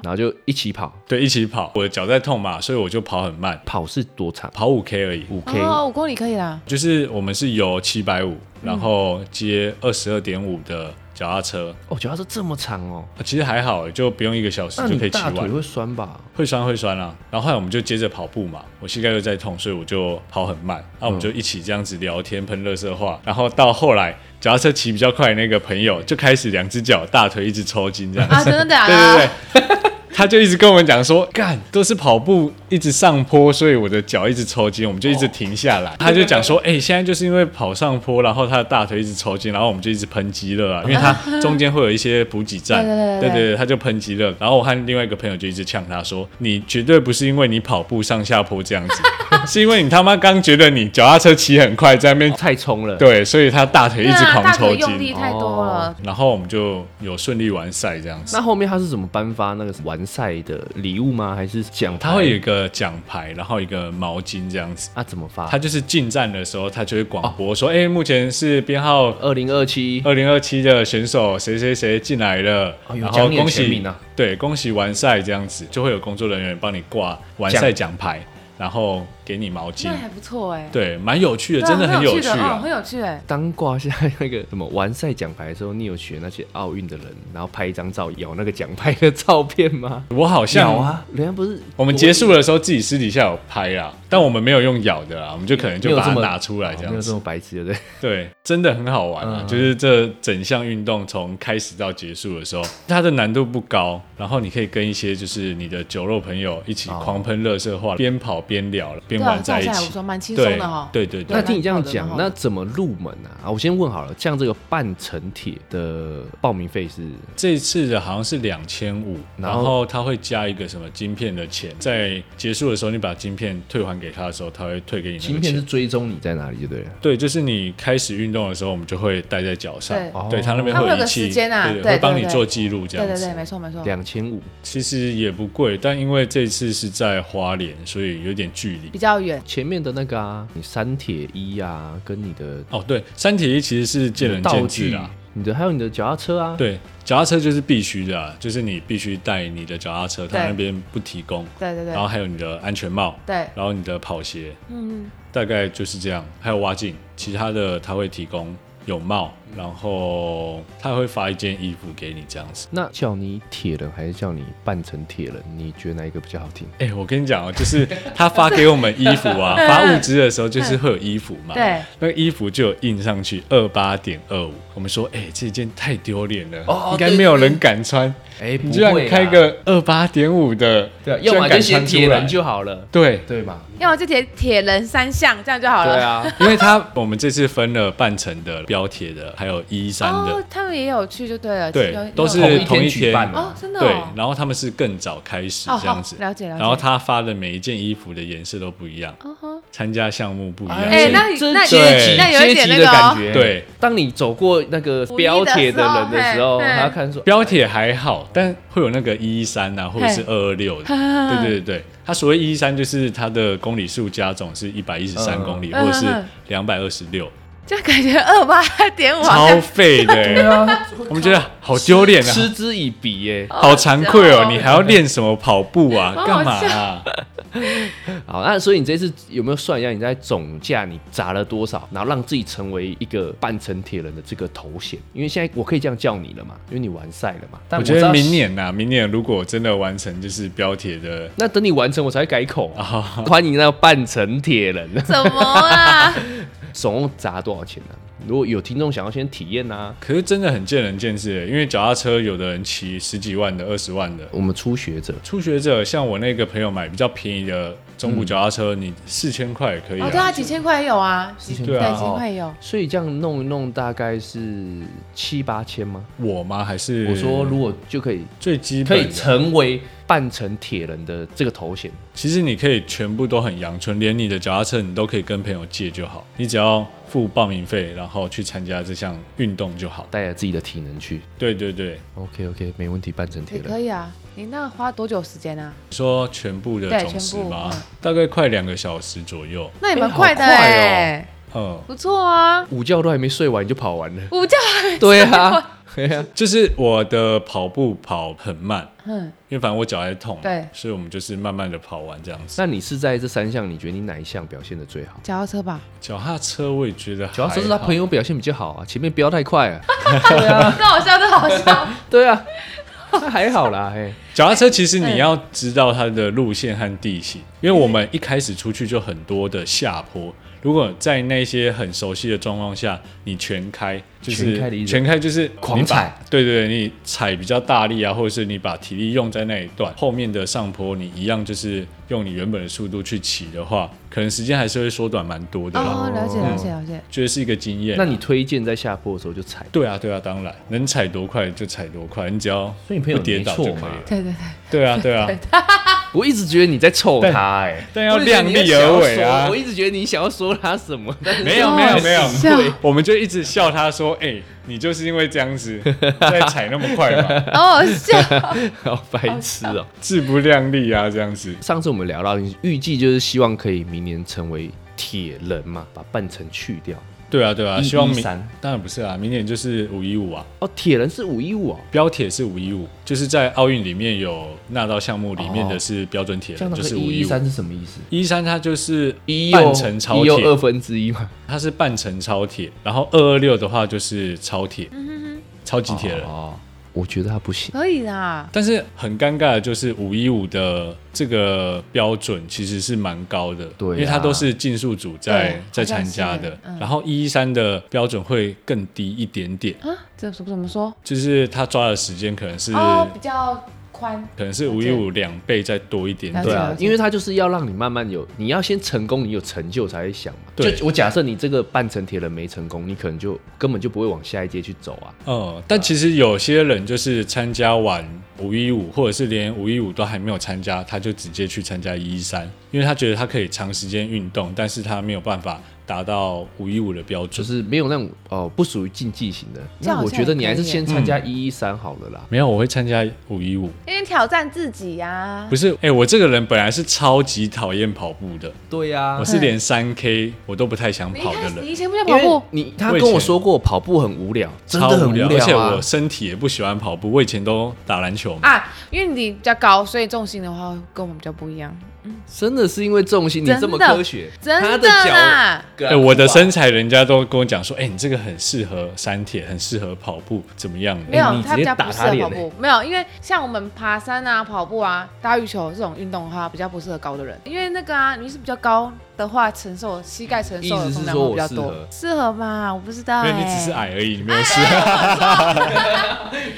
S1: 哦然后就一起跑，
S3: 对，一起跑。我的脚在痛嘛，所以我就跑很慢，
S1: 跑是多长？
S3: 跑五 K 而已。
S1: 五 K，、
S2: 哦，五公里可以
S3: [LAUGHS]
S2: 啦，
S3: 就是我们是游七百五，
S2: 嗯
S3: 然后接二十二点五的脚踏车，
S1: 哦，脚踏车这么长哦，
S3: 其实还好，就不用一个小时
S1: 那
S3: 就可
S1: 你
S3: 以骑
S1: 大
S3: 完
S1: 腿。会酸吧？
S3: 会酸会酸啊，然后后来我们就接着跑步嘛，我膝盖又在痛，所以我就跑很慢。那、我们就一起这样子聊天，喷热色话，然后到后来脚踏车骑比较快的那个朋友就开始两只脚大腿一直抽筋这样子，
S2: 啊，真的假
S3: 对对
S2: 的
S3: 对？。 [LAUGHS] 他就一直跟我们讲说，干都是跑步一直上坡，所以我的脚一直抽筋，我们就一直停下
S2: 哦
S3: 来。他就讲说，哎、现在就是因为跑上坡，然后他的大腿一直抽筋，然后我们就一直喷肌热啊，因为他中间会有一些补给站，
S2: 对对对对对
S3: 他就喷肌热。然后我和另外一个朋友就一直呛他说，你绝对不是因为你跑步上下坡这样子， [LAUGHS] 是因为你他妈刚觉得你脚踏车骑很快，在那
S2: [LAUGHS]
S3: 边
S1: 太冲了，
S3: 对，所以他大腿一直
S2: 啊对啊
S3: 狂
S2: 大
S3: 抽
S2: 腿用力
S3: 筋。哦
S2: 太多了，
S3: 然后我们就有顺利完赛这样子
S1: 那。后面他是怎么颁发那个完赛的礼物吗？还是奖牌？
S3: 他会有一个奖牌，然后一个毛巾这样子。
S1: 啊？怎么发？
S3: 他就是进站的时候，他就会广播说：“哎、目前是编号
S1: 二零二七
S3: 二零二七的选手谁谁谁进来了，
S1: 哦有
S3: 然后
S1: 讲你的
S3: 恭
S1: 全
S3: 喜
S1: 名啊
S3: 对，恭喜完赛这样子，就会有工作人员帮你挂完赛奖牌，然后给你毛巾
S2: 那。还不错哎，
S3: 对，蛮有趣的，
S2: 对啊
S3: 真的很
S2: 有
S3: 趣
S2: 的哦，
S3: 啊。
S2: 很有趣哎，
S1: 当挂下那个什么完赛奖牌的时候，你有学那些奥运的人，然后拍一张照，咬那个奖牌的照片吗？
S3: 我好像，
S1: 人家不是
S3: 我们结束的时候自己私底下有拍啊，但我们没有用咬的啦，我们就可能
S1: 嗯没
S3: 就
S1: 有
S3: 把
S1: 这
S3: 它
S1: 么
S3: 拿出来这
S1: 哦没
S3: 样
S1: 有这
S3: 子。
S1: 么白痴，对不对？
S3: 对，真的很好玩啊！
S1: 嗯
S3: 就是这整项运动从开始到结束的时候，它的难度不高，然后你可以跟一些就是你的酒肉朋友一起
S1: 哦
S3: 狂喷热色话，边跑边聊，边
S2: 对啊，
S3: 玩
S2: 这样
S3: 在一
S2: 下来我
S3: 起。
S2: 说蛮轻松
S3: 对
S2: 的哦哈，
S3: 对对
S1: 那
S3: 对
S2: 对，
S1: 听你这样
S2: 蛮
S1: 讲，
S2: 好的
S1: 那怎么入门啊？啊我先问好了，像这个半程铁的报名费是
S3: 这一次的好像是两千五，然
S1: 然后
S3: 后他会加一个什么晶片的钱，在结束的时候你把晶片退还给他的时候，他会退给你那
S1: 芯
S3: 个
S1: 片是
S3: 钱。
S1: 追踪你在哪里，就对了。
S3: 对，就是你开始运动的时候，我们就会戴在脚上
S2: 对，
S1: 哦
S3: 对他那边
S2: 它
S3: 会
S2: 会有
S3: 有
S2: 个
S3: 仪器，
S2: 时间啊
S3: 对，
S2: 对
S3: 会帮
S2: 对
S3: 你
S2: 对
S3: 做记录这
S2: 对
S3: 样
S2: 对
S3: 子。
S2: 对，没错没错，
S1: 两千五，
S3: 其实也不贵，但因为这次是在花莲，所以有点距离
S2: 比。较远，
S1: 前面的那个啊，你三铁一啊，跟你的
S3: 哦，对，三铁一其实是见仁
S1: 道
S3: 见智
S1: 具啊
S3: 啦。，
S1: 你的还有你的脚踏车啊，，
S3: 对，脚踏车就是必须的啊，就是你必须带你的脚踏车，他
S2: 对
S3: 那边不提供。
S2: 对对对
S3: 然后还有你的安全帽，
S2: 对，
S3: 然后你的跑鞋，
S2: 嗯，
S3: 大概就是这样。还有蛙镜，其他的他会提供泳帽，然后他会发一件衣服给你这样子。
S1: 那叫你铁人还是叫你半程铁人？你觉得哪一个比较好听？
S3: 哎、我跟你讲哦，就是他发给我们衣服
S2: [LAUGHS]
S3: 啊，发物资的时候就是会有衣服
S2: 嗯
S3: 嘛，
S2: 对，
S3: 那个衣服就有印上去二八点二五。我们说，哎、这件太丢脸了，
S1: 哦
S3: 应该没有人敢穿。
S1: 哎，不
S3: 你居然
S1: 会啦
S3: 开个二八点五的，
S1: 对啊，
S3: 居
S1: 要么
S3: 然
S1: 就
S3: 敢
S1: 写
S3: 穿出
S1: 铁
S3: 来
S1: 人就好了，
S3: 对
S1: 对嘛？
S2: 要么就铁铁人三项，这样就好了。
S1: 对啊，
S3: 因为它我们这次分了半程的标铁的，还有一三的，
S2: 哦，他们也有去就对了，
S3: 对
S2: 有有
S3: 都是同
S1: 天
S3: 一
S1: 举
S3: 天
S1: 办
S2: 哦
S1: 嘛，，
S2: 真的
S3: 对
S2: 哦，，
S3: 然后他们是更早开始
S2: 哦
S3: 这样子，
S2: 好了解了解
S3: 然后他发的每一件衣服的颜色都不一样，
S2: 嗯哼
S3: 参加项目不一样，
S2: 哎那
S1: 这
S2: 那
S1: 阶级
S3: 那
S2: 有一点
S1: 阶
S2: 那
S1: 级
S2: 个
S1: 的
S2: 哦
S1: 感觉。
S3: 对，
S1: 当你走过那个
S2: 服役
S1: 标
S2: 的
S1: 铁的
S2: 时候
S1: 人的时候，
S2: 嘿嘿
S1: 他看说
S3: 标铁还好，但会有那个一一三啊，或者是二二六的，对对对对。它所谓一一三，就是它的公里数加总是一百一十三
S1: 嗯
S3: 公里，
S2: 嗯
S3: 或者是
S2: 嗯
S3: 两百二十六，
S2: 就感觉二八点五好
S3: 超
S2: 像
S3: 废的、欸。
S1: 啊，
S3: 我们觉得好丢脸啊，
S1: 嗤之以鼻耶。
S3: 好惭愧哦
S2: 好，
S3: 你还要练什么跑步啊？
S2: 好好
S3: 干嘛啊？
S1: 好，那所以你这次有没有算一下，你在总价你砸了多少，然后让自己成为一个半程铁人的这个头衔？因为现在我可以这样叫你了嘛，因为你完赛了嘛。但
S3: 我
S1: 知
S3: 觉
S1: 道
S3: 得明年呐、明年如果真的完成就是标铁的
S1: 那等你完成我才改口啊，
S3: 啊，
S1: [LAUGHS] 欢迎那个半程铁人。 [LAUGHS]
S2: 怎么啊啦？
S1: 总共砸多少钱呢、啊如果有听众想要先体验呢、啊
S3: 可是真的很见仁见智欸，因为脚踏车有的人骑十几万的、二十万的。
S1: 我们初学者
S3: 初学者像我那个朋友买比较便宜的中古脚踏车，你四千块也可以、啊。
S2: 哦，对啊，几千块也有啊，
S1: 千哦
S3: 对啊
S2: 几千块也有。
S1: 所以这样弄一弄大概是七八千吗？
S3: 我吗？还是
S1: 我说如果就可以
S3: 最基
S1: 可
S3: 本
S1: 以
S3: 的
S1: 成为半程铁人的这个头衔，
S3: 其实你可以全部都很阳春，连你的脚踏车你都可以跟朋友借就好，你只要付报名费，然后去参加这项运动就好。
S1: 带着自己的体能去。
S3: 对对对，
S1: OK OK，没问题，半程铁
S2: 也
S1: 人
S2: 可。以啊，你那花多久时间啊？
S3: 你说全部的
S2: 对
S3: 总时
S2: 全部
S3: 吗
S2: 嗯？
S3: 大概快两个小时左右。
S2: 那也蛮
S1: 哎
S2: 快的
S1: 好快哦
S2: 哎，
S3: 嗯，
S2: 不错啊，。
S1: 午觉都还没睡完你就跑完了
S2: [LAUGHS] 午觉。
S1: 对啊，对啊， [LAUGHS]
S3: 就是我的跑步跑很慢，
S2: 嗯，
S3: 因为反正我脚还痛，
S2: 对
S3: 所以我们就是慢慢的跑完这样子。
S1: 那你是在这三项，你觉得你哪一项表现的最好？
S2: 脚踏车吧，
S3: 脚踏车我也觉得还好，
S1: 主要是他朋友表现比较好啊，前面不要太快啊。
S2: [LAUGHS] 这好笑，这好笑。
S1: 对啊， [LAUGHS] 那还好啦，嘿，
S3: 脚踏车其实你要知道它的路线和地形，因为我们一开始出去就很多的下坡。如果在那些很熟悉的状况下，你全开就是
S1: 全开的意思
S3: 全开就是
S1: 狂
S3: 你把
S1: 踩，
S3: 对对，对你踩比较大力啊，或者是你把体力用在那一段，后面的上坡你一样就是用你原本的速度去骑的话，可能时间还是会缩短蛮多的啦。
S2: 哦，了解
S1: 嗯
S2: 了解了解。
S3: 觉得是一个经验。
S1: 那你推荐在下坡的时候就踩，
S3: 对啊，对啊，当然能踩多快就踩多快，你只要
S1: 所以你朋友
S3: 不跌倒就
S1: 没
S3: 可以
S1: 错嘛
S3: 了。
S2: 对对对，
S3: 对啊，对啊，
S1: 我一直觉得你在臭他哎、
S3: 但要量力而为啊
S1: 我一直觉得你想要说他什么，但是
S3: [LAUGHS] 没有没有没有，
S2: 笑
S3: [LAUGHS] 我们就一直笑他说：“哎、你就是因为这样子在踩那么快嘛，
S2: 好好哦笑。
S1: [LAUGHS] [LAUGHS] 好白痴哦、
S3: 自不量力啊，这样子。
S1: 上次我们聊到，你预计就是希望可以明年成为铁人嘛，把半程去掉。”
S3: 对啊，对啊，希望明
S1: 113
S3: 当然不是啊，明年就是五一五啊，
S1: 哦，铁人是五一五哦，
S3: 标铁是五一五，就是在奥运里面有纳到项目里面
S1: 哦
S3: 的是标准铁
S1: 这
S3: 人，
S1: 样那
S3: 就
S1: 个
S3: 是五
S1: 一一
S3: 一五。
S1: 三是什么意思？
S3: 一三它就是
S1: 一
S3: 半程超
S1: 一又二
S3: 铁，
S1: 分之一嘛，
S3: 它是半程超铁，然后二二六的话就是超铁，超级铁人。
S1: 哦，我觉得他不行。
S2: 可以啦，
S3: 但是很尴尬的就是五一五的这个标准其实是蛮高的，
S1: 对啊
S3: 因为它都是竞速组
S2: 对
S3: 在在
S2: 好像
S3: 参
S2: 是
S3: 加的，
S2: 嗯
S3: 然后一一三的标准会更低一点点，
S2: 啊，这怎么怎么说？
S3: 就是他抓的时间可能是、
S2: 哦，比较宽。
S3: 可能是
S2: 了
S3: 五一
S2: 解
S3: 五两倍再多一点
S2: 了解
S1: 对
S3: 点，
S1: 啊，因为他就是要让你慢慢有，你要先成功，你有成就才会想嘛。
S3: 对
S1: 就我假设你这个半程铁人没成功，你可能就根本就不会往下一阶去走啊。
S3: 嗯，但其实有些人就是参加完五一五，或者是连五一五都还没有参加，他就直接去参加一一三，因为他觉得他可以长时间运动，但是他没有办法达到五一五的标
S1: 就
S3: 准。
S1: 是没有那种哦、不属于竞技型的。
S2: 这
S1: 那
S2: 样好像
S1: 我觉得你还是先参加
S3: 也
S1: 一一三好了啦。
S3: 没有，我会参加五一五。
S2: 因为挑战自己啊呀
S3: 不，是，哎、我这个人本来是超级讨厌跑步的，
S1: 对
S2: 啊
S1: 呀
S3: 我是连三 K 我都不太想
S2: 你一
S3: 跑的
S2: 开始你
S3: 人，
S2: 以前不想
S1: 因
S2: 跑
S1: 为
S2: 步，
S1: 你他跟我说过跑步很无聊，真的
S3: 超
S1: 很
S3: 聊，
S1: 无聊
S3: 而且
S1: 啊
S3: 我。身体也不喜欢跑步。我以前都打篮球嘛，
S2: 啊，因为你比较高，所以重心的话跟我们比较不一样。
S1: 真的是因为重心，你
S2: 真的
S1: 这么科学，
S2: 真
S1: 他
S2: 的
S1: 脚
S2: 啦，
S1: 跟
S3: 哎、
S1: 啊
S3: 我的身材人家都跟我讲说，哎、你这个很适合山铁，很适合跑步，怎么样
S2: 没
S3: 的？
S1: 哎
S2: 有，
S1: 你
S2: 他
S1: 直接
S2: 比较
S1: 打
S2: 不适
S1: 他
S2: 合
S1: 脸
S2: 跑
S1: 欸
S2: 步。没有，因为像我们爬山啊、跑步啊、打羽球这种运动的话，比较不适合高的人，因为那个啊，你是比较高，的话，承受膝盖承
S1: 意
S2: 受的
S1: 思
S2: 风
S1: 是
S2: 量
S1: 说
S2: 会比
S1: 我
S2: 较
S1: 适
S2: 多
S1: 合，
S2: 适合吗？我不知道
S3: 因
S2: 哎、啊
S3: 为你只是矮而已，你没有吃。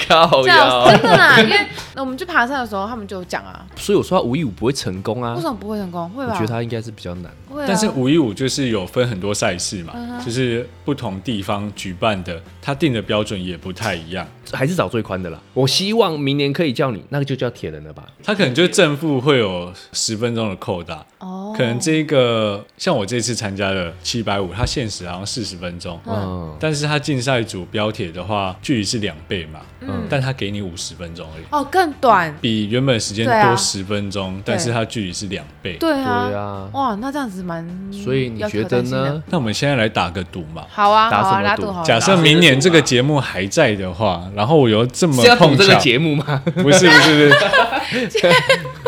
S1: 靠
S2: 这样
S1: 腰，
S2: 真的啊啦，因为我们去爬山的时候，他们就有讲啊，
S1: 所以我说他五一五不会成功啊
S2: 为。什么不会成功？会
S1: 我
S2: 吧？
S1: 觉得他应该是比较难，
S2: 会啊。
S3: 但是五一五就是有分很多赛事嘛，
S2: 嗯哼
S3: 就是不同地方举办的，它定的标准也不太一样。
S1: 还是找最宽的啦。我希望明年可以叫你，那个就叫铁人了吧？
S3: 它可能就是正负会有十分钟的扣打，
S2: 哦，
S3: 可能这一个像我这次参加的七百五，它限时好像四十分钟，
S1: 嗯，
S3: 但是它竞赛组标铁的话，距离是两倍嘛，
S1: 嗯
S3: 但它给你五十分钟而已，
S2: 哦更短，
S3: 比原本时间
S2: 对啊
S3: 多十分钟，但是它距离是两倍。
S2: 对啊，
S1: 对啊。
S2: 哇，那这样子蛮，
S1: 所以你觉得
S2: 要挑战性的
S1: 呢？？
S3: 那我们现在来打个赌嘛。
S2: 好啊，
S1: 打
S2: 好
S1: 什
S2: 啊，
S1: 么
S2: 拉
S1: 赌
S2: 肚好啊，
S3: 假设
S1: 打
S3: 明年
S1: 赌
S3: 这个节目还在的话，然后我又这么
S2: 哦
S1: 是要
S3: 碰
S1: 懂这个
S3: 巧，
S1: 节目吗？
S3: 不是不是不是，
S1: [LAUGHS]
S3: [LAUGHS]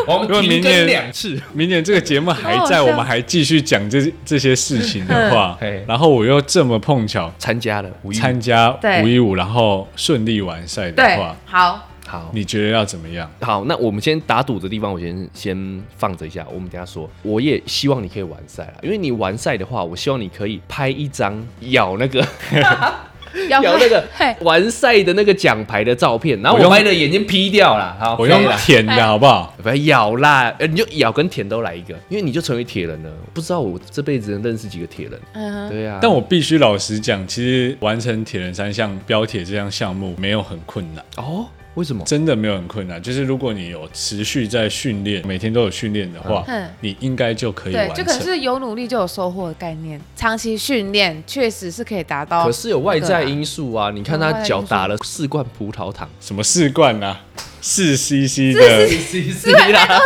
S1: 我
S3: 如果明年
S1: 次，
S3: 明年这个节目还
S2: 好好
S3: 在，
S2: 笑
S3: 我们还继续讲这这些事情的话
S1: [LAUGHS] 嗯嘿，
S3: 然后我又这么碰巧
S1: 参加了五一
S3: 参加
S2: 对
S3: 五一五，然后顺利完赛的
S2: 对
S3: 话，，
S2: 好，
S1: 好。
S3: 你觉得要怎么样？
S1: 好，那我们先打赌的地方，我先先放着一下，我们等一下说。我也希望你可以完赛啦，因为你完赛的话，我希望你可以拍一张咬
S2: [LAUGHS]
S1: 那个 [LAUGHS]
S2: 要
S1: 咬那个
S2: 嘿，
S1: 完赛的那个奖牌的照片，然后
S3: 我
S1: 我
S3: 用
S1: 把你的眼睛 P 掉啦。好，
S3: 我
S1: 哦可以
S3: 用
S1: 啦嗯
S3: 舔的好不好？
S1: 不要咬啦，呃你就咬跟舔都来一个，因为你就成为铁人了。不知道我这辈子能认识几个铁人，
S2: 嗯哼，
S1: 对呀、
S3: 但我必须老实讲，其实完成铁人三项标铁这项项目没有很困难，
S1: 哦，为什么？
S3: 真的没有很困难。就是如果你有持续在训练，每天都有训练的话
S2: 嗯，
S3: 你应该就可以
S2: 对
S3: 完，
S2: 就可能
S3: 成。
S2: 是有努力就有收获的概念，长期训练确实是可以达到
S1: 可。是有外在因素啊！你看他
S2: 有外在因素
S1: 脚打了四罐葡萄
S3: [LAUGHS]
S1: 糖
S3: 什么四罐啊，四 CC 的，
S1: ，C C
S3: 啊
S1: 啦，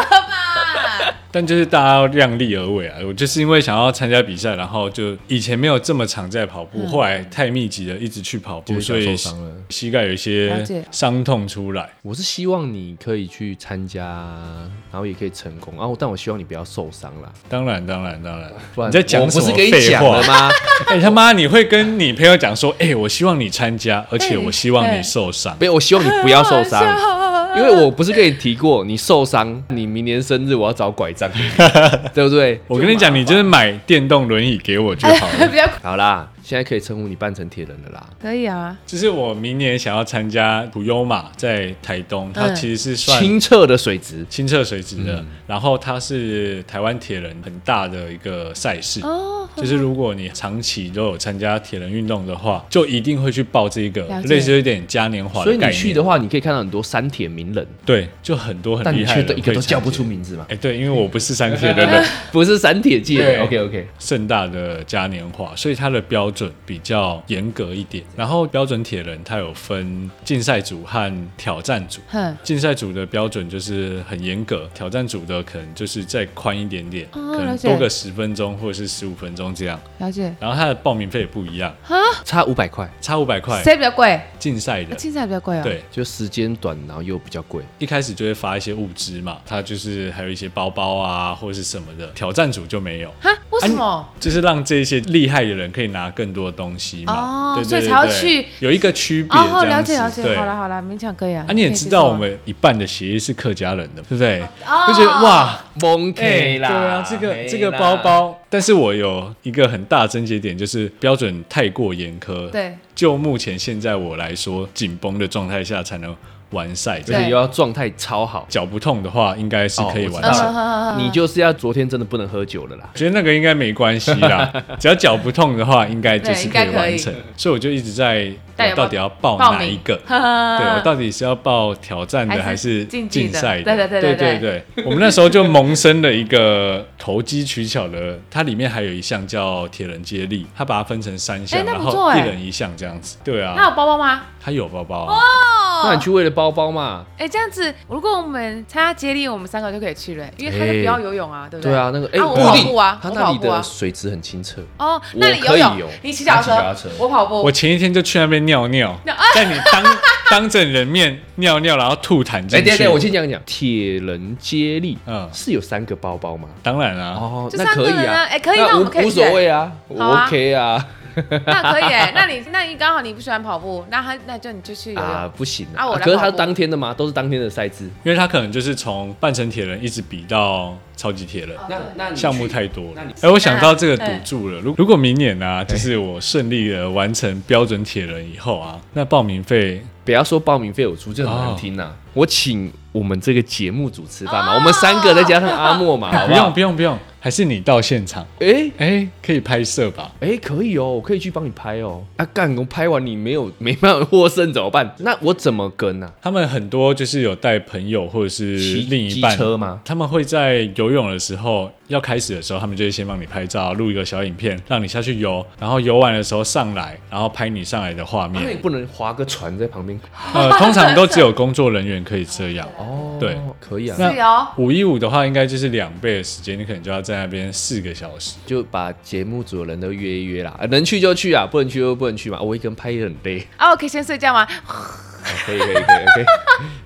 S3: 但就是大家要量力而为啊。我就是因为想要参加比赛，然后就以前没有这么常在跑步，后来太密集了，一直去跑步，
S1: 就是
S3: 所
S1: 脚
S3: 以
S1: 受伤了
S3: 膝盖有一
S2: 了
S3: 些
S2: 解
S3: 伤痛出来。
S1: 我是希望你可以去参加，然后也可以成功。然、后，但我希望你不要受伤啦。
S3: 当然，当然，当然，
S1: 不然
S3: 你在讲
S1: 我
S3: 什
S1: 不
S3: 么
S1: 是跟你
S3: 废
S1: 讲
S3: 话
S1: 了？吗？
S3: [LAUGHS] 哎、他妈，你会跟你朋友讲说，哎、我希望你参加，而且我希望你受伤。
S1: 没有，我希望你不要受
S3: [LAUGHS]
S1: 伤，
S2: 伤
S1: 因为我不是跟你提过，你受伤，你明年生日我要找
S3: [LAUGHS]
S1: 拐杖，对不对？
S3: 我跟你讲，你就是买电动轮椅给我就好了。
S2: 比较
S1: 好啦，现在可以称呼你扮成铁人了啦。
S2: 可以啊，
S3: 就是我明年想要参加普悠玛，在台东，它
S2: 嗯
S3: 其实是算
S1: 清澈的水质，
S3: 清澈水质
S1: 嗯
S3: 的，然后它是台湾铁人很大的一个赛事。
S2: 哦，
S3: 就是如果你长期都有参加铁人运动的话，就一定会去报这个
S2: 了解
S3: 类似有点嘉年华
S1: 所
S3: 的
S1: 以
S3: 概
S1: 你
S3: 念。
S1: 去的话，你可以看到很多山铁名人，
S3: 对，就很多很
S1: 但
S3: 厉
S1: 你
S3: 害
S1: 却
S3: 的
S1: 都一个
S3: 会
S1: 都
S3: 参
S1: 叫不
S3: 加
S1: 出。名字嘛
S3: 哎、。对，因为我不是三铁人的 [LAUGHS]
S1: 不是散铁界
S3: 对
S1: 的。OK OK，
S3: 盛大的嘉年华，所以它的标准比较严格一点。然后标准铁人它有分竞赛组和挑战组。
S2: 哼，
S3: 竞赛组的标准就是很严格，挑战组的可能就是再宽一点点，
S2: 哦
S3: 可能
S2: 了解
S3: 多个十分钟或者是十五分钟这样。
S2: 了解。
S3: 然后它的报名费也不一样，
S1: 差五百块，
S3: 差五百块。
S2: 谁比较贵？
S3: 竞赛的
S2: 青菜比较贵哦。，
S3: 对，
S1: 就时间短，然后又比较贵。
S3: 一开始就会发一些物资嘛，它就是还有一些包包啊或者是什么的。挑战组就没有，
S2: 哈，为什么？
S3: 就是让这些厉害的人可以拿更多的东西嘛。
S2: 哦
S3: 对对
S2: 所以
S3: 对
S2: 才要
S3: 对
S2: 去
S3: 有一个区别这样子。
S2: 哦，了解了解，
S3: 对
S2: 好啦好啦，勉强可以啊。
S3: 啊，你也
S2: 可以接
S3: 知道
S2: 受啊
S3: 我们一半的协议是客家人的，对不对？
S2: 哦
S3: 就觉得哇，
S1: 蒙
S3: 哎、对啊，这个这个包，包，但是我有一个很大的症结点，就是标准太过严苛。，
S2: 对
S3: 就目前现在我来说，紧绷的状态下才能完赛。
S1: 而
S2: 对
S1: 且又要状态超好。
S3: 脚不痛的话，应该啊是可以完
S1: 哦我知
S3: 赛。
S1: 道
S2: 嗯嗯嗯嗯
S1: 你就是要昨天真的不能喝酒了啦
S3: 我。觉得那个应该没关系
S2: [LAUGHS]
S3: 啦，只要脚不痛的话，应该就
S2: 对
S3: 是
S2: 应该可以
S3: 完成。所以我就一直在，
S2: 但
S3: 我
S2: 有没有
S3: 到底要报
S2: 报
S3: 哪
S2: 名
S3: 一个？
S2: 呵呵
S3: 对我到底是要报挑战的还
S2: 还
S3: 是
S2: 是竞技的
S3: 竞赛
S2: 对对
S3: 对
S2: 对
S3: 对
S2: 对
S3: 对我们那时候就萌生了一个投机取巧的，它里面还有一项叫铁人接力，它把它分成三项，
S2: 哎那
S3: 然
S2: 不
S3: 后
S2: 错
S3: 一
S2: 哎
S3: 人一项这样子。对
S2: 那
S3: 啊，
S2: 有包包吗？
S3: 它有包包啊、
S2: 哦
S1: 那你去为了包包嘛？
S2: 哎、这样子，如果我们参加接力，我们三个就可以去了、因为他就不要游泳啊，对不
S1: 对
S2: 对？
S1: 啊，那个哎，
S2: 我
S1: 不
S2: 跑
S1: 一定
S2: 步啊，
S1: 他
S2: 我
S1: 那
S2: 跑
S1: 里
S2: 步
S1: 的
S2: 啊。
S1: 水质很清澈。
S2: 哦，那你游
S1: 我可以
S2: 泳
S1: 游，
S2: 你骑脚
S1: 他骑
S2: 车
S1: 脚，车
S2: 我跑步
S3: 我。前一天就去那边尿尿，在你当 [LAUGHS] 当着人面尿尿，然后吐痰
S1: 哎，
S3: 进
S1: 等一下等一
S3: 去。
S1: 下，我先讲讲铁人接力，
S3: 嗯
S1: 是有三个包包吗？
S3: 当然啊，
S1: 哦，
S2: 就
S1: 那
S2: 三
S1: 可
S2: 个
S1: 以
S2: 人啊
S1: 啊，
S2: 哎可以那
S1: 那
S2: 我
S1: 无
S2: 们可以
S1: 无所谓啊，我
S2: 好啊
S1: OK 啊，
S2: [LAUGHS] 欸那可以哎、那你那你刚好你不喜欢跑步，那他那就你就去游泳。
S1: 啊不行
S2: 啊我来哦
S1: 可是他是当天的吗？都是当天的赛制。
S3: 因为他可能就是从半程铁人一直比到超级铁人，
S2: 哦
S1: 那那你去
S3: 项目太多了
S1: 那你。
S3: 哎、我想到这个赌
S2: 对
S3: 注了。如如果明年啊，就是我顺利的完成标准铁人以后啊，那报名费
S1: 不要说报名费有出，这很难听呐、我请我们这个节目组吃饭
S2: 哦
S1: 嘛，我们三个再加上阿莫 [LAUGHS] 嘛，好
S3: 啊不
S1: 不
S3: 用
S1: 好？
S3: 不用不用，还是你到现场，
S1: 哎、
S3: 哎、可以拍摄吧？
S1: 哎、可以哦，我可以去帮你拍哦。啊，干，我拍完你没有 [LAUGHS] 没办法获胜怎么办？那我怎么跟啊？
S3: 他们很多就是有带朋友或者是
S1: 骑
S3: 另一
S1: 机
S3: 半，
S1: 车吗？
S3: 他们会在游泳的时候要开始的时候，他们就会先帮你拍照，录一个小影片，让你下去游，然后游完的时候上来，然后拍你上来的画
S1: 啊那
S3: 面
S1: 你。不能划个船在旁边
S3: 呃，通常都只有工作人员可以这样。
S1: [LAUGHS] 哦。
S3: 对，
S1: 可以啊，
S3: 那
S2: 是哦，
S3: 五一五的话，应该就是两倍的时间，你可能就要在那边四个小时。
S1: 就把节目组的人都约一约啦，呃能去就去啊，不能去就不能去嘛。我一个人拍也很累。 [LAUGHS] 哦
S2: 啊，我可以先睡觉吗？
S1: 可以可以可以可以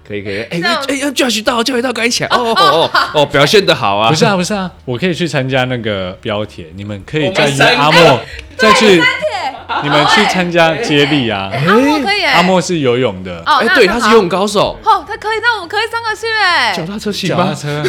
S1: 可以可以，哎
S2: 那
S1: 哎
S2: 我
S1: 哎要，Josh 到，Josh 到，赶紧起来！哦哦哦哦，表现的好啊！
S3: 不是啊，不是啊，我可以去参加那个标铁，你们可以再
S1: 我们
S3: 约
S1: 三个
S3: 阿莫再去，
S1: 哎
S3: 你们去参加接力啊。
S2: 阿莫啊可以耶，
S3: 阿莫是游泳的，
S2: 哦，
S1: 哎，
S2: 那
S1: 对，
S2: 很
S1: 他
S2: 好
S1: 是游泳高手，
S2: 哦，他可以，那我们可以三个去
S1: 脚
S2: 哎，
S1: 踏车行
S3: 脚踏
S1: 吗？
S3: 车，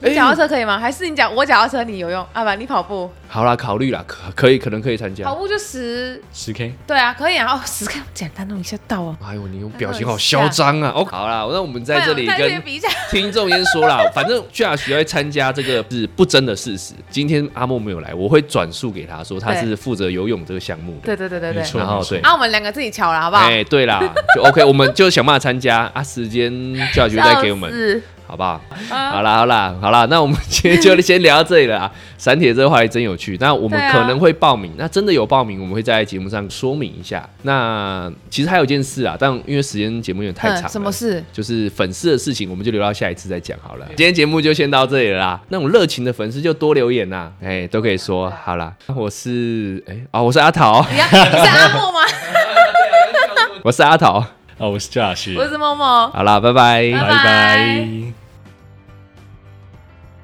S1: 哎哦
S2: 脚踏车可以吗？还是你脚我脚踏车，你游泳啊？不，你跑步，
S1: 好啦，考虑啦，可可以，可能可以参加
S2: 跑。步就十，
S3: 十 K。
S2: 对啊，可以啊，哦，十个简单弄一下到啊，
S1: 哎呦，你用表情好嚣张
S2: 哎
S1: 啊！哦，好啦，那我们在这里
S2: 不然我们再去
S1: 跟
S2: 比一下，
S1: 听众先说啦， [LAUGHS] 反正 Josh 要参加这个是不争的事实。今天阿莫没有来，我会转述给他说，他是负责游泳这个项目的。
S2: 对对对对
S3: 没
S2: 对，
S3: 错，
S1: 然后
S3: 没错
S1: 对
S2: 啊，我们两个自己瞧了，好不好？
S1: 哎，对啦，就
S2: [LAUGHS]
S1: OK，我们就想办法参加啊，时间 Josh 再给我们
S2: 笑。死
S1: 好不好？
S2: 啊
S1: 好啦，好啦，好啦，那我们今天就先聊到这里
S2: [LAUGHS]
S1: 了啊。散铁这个话题真有趣，那我们
S2: 对啊
S1: 可能会报名，那真的有报名，我们会在节目上说明一下。那其实还有一件事啊，但因为时间节目有点太长了，
S2: 嗯，什么事？
S1: 就是粉丝的事情，我们就留到下一次再讲好了。今天节目就先到这里了啦，那种热情的粉丝就多留言呐、哎、都可以说好啦。我是哎啊、我是阿桃，
S2: 你要你是阿莫吗？
S1: 我是阿桃，
S3: 哦，我是 Josh，
S2: 我是默默，
S1: 好啦，拜拜
S2: 拜
S3: 拜拜。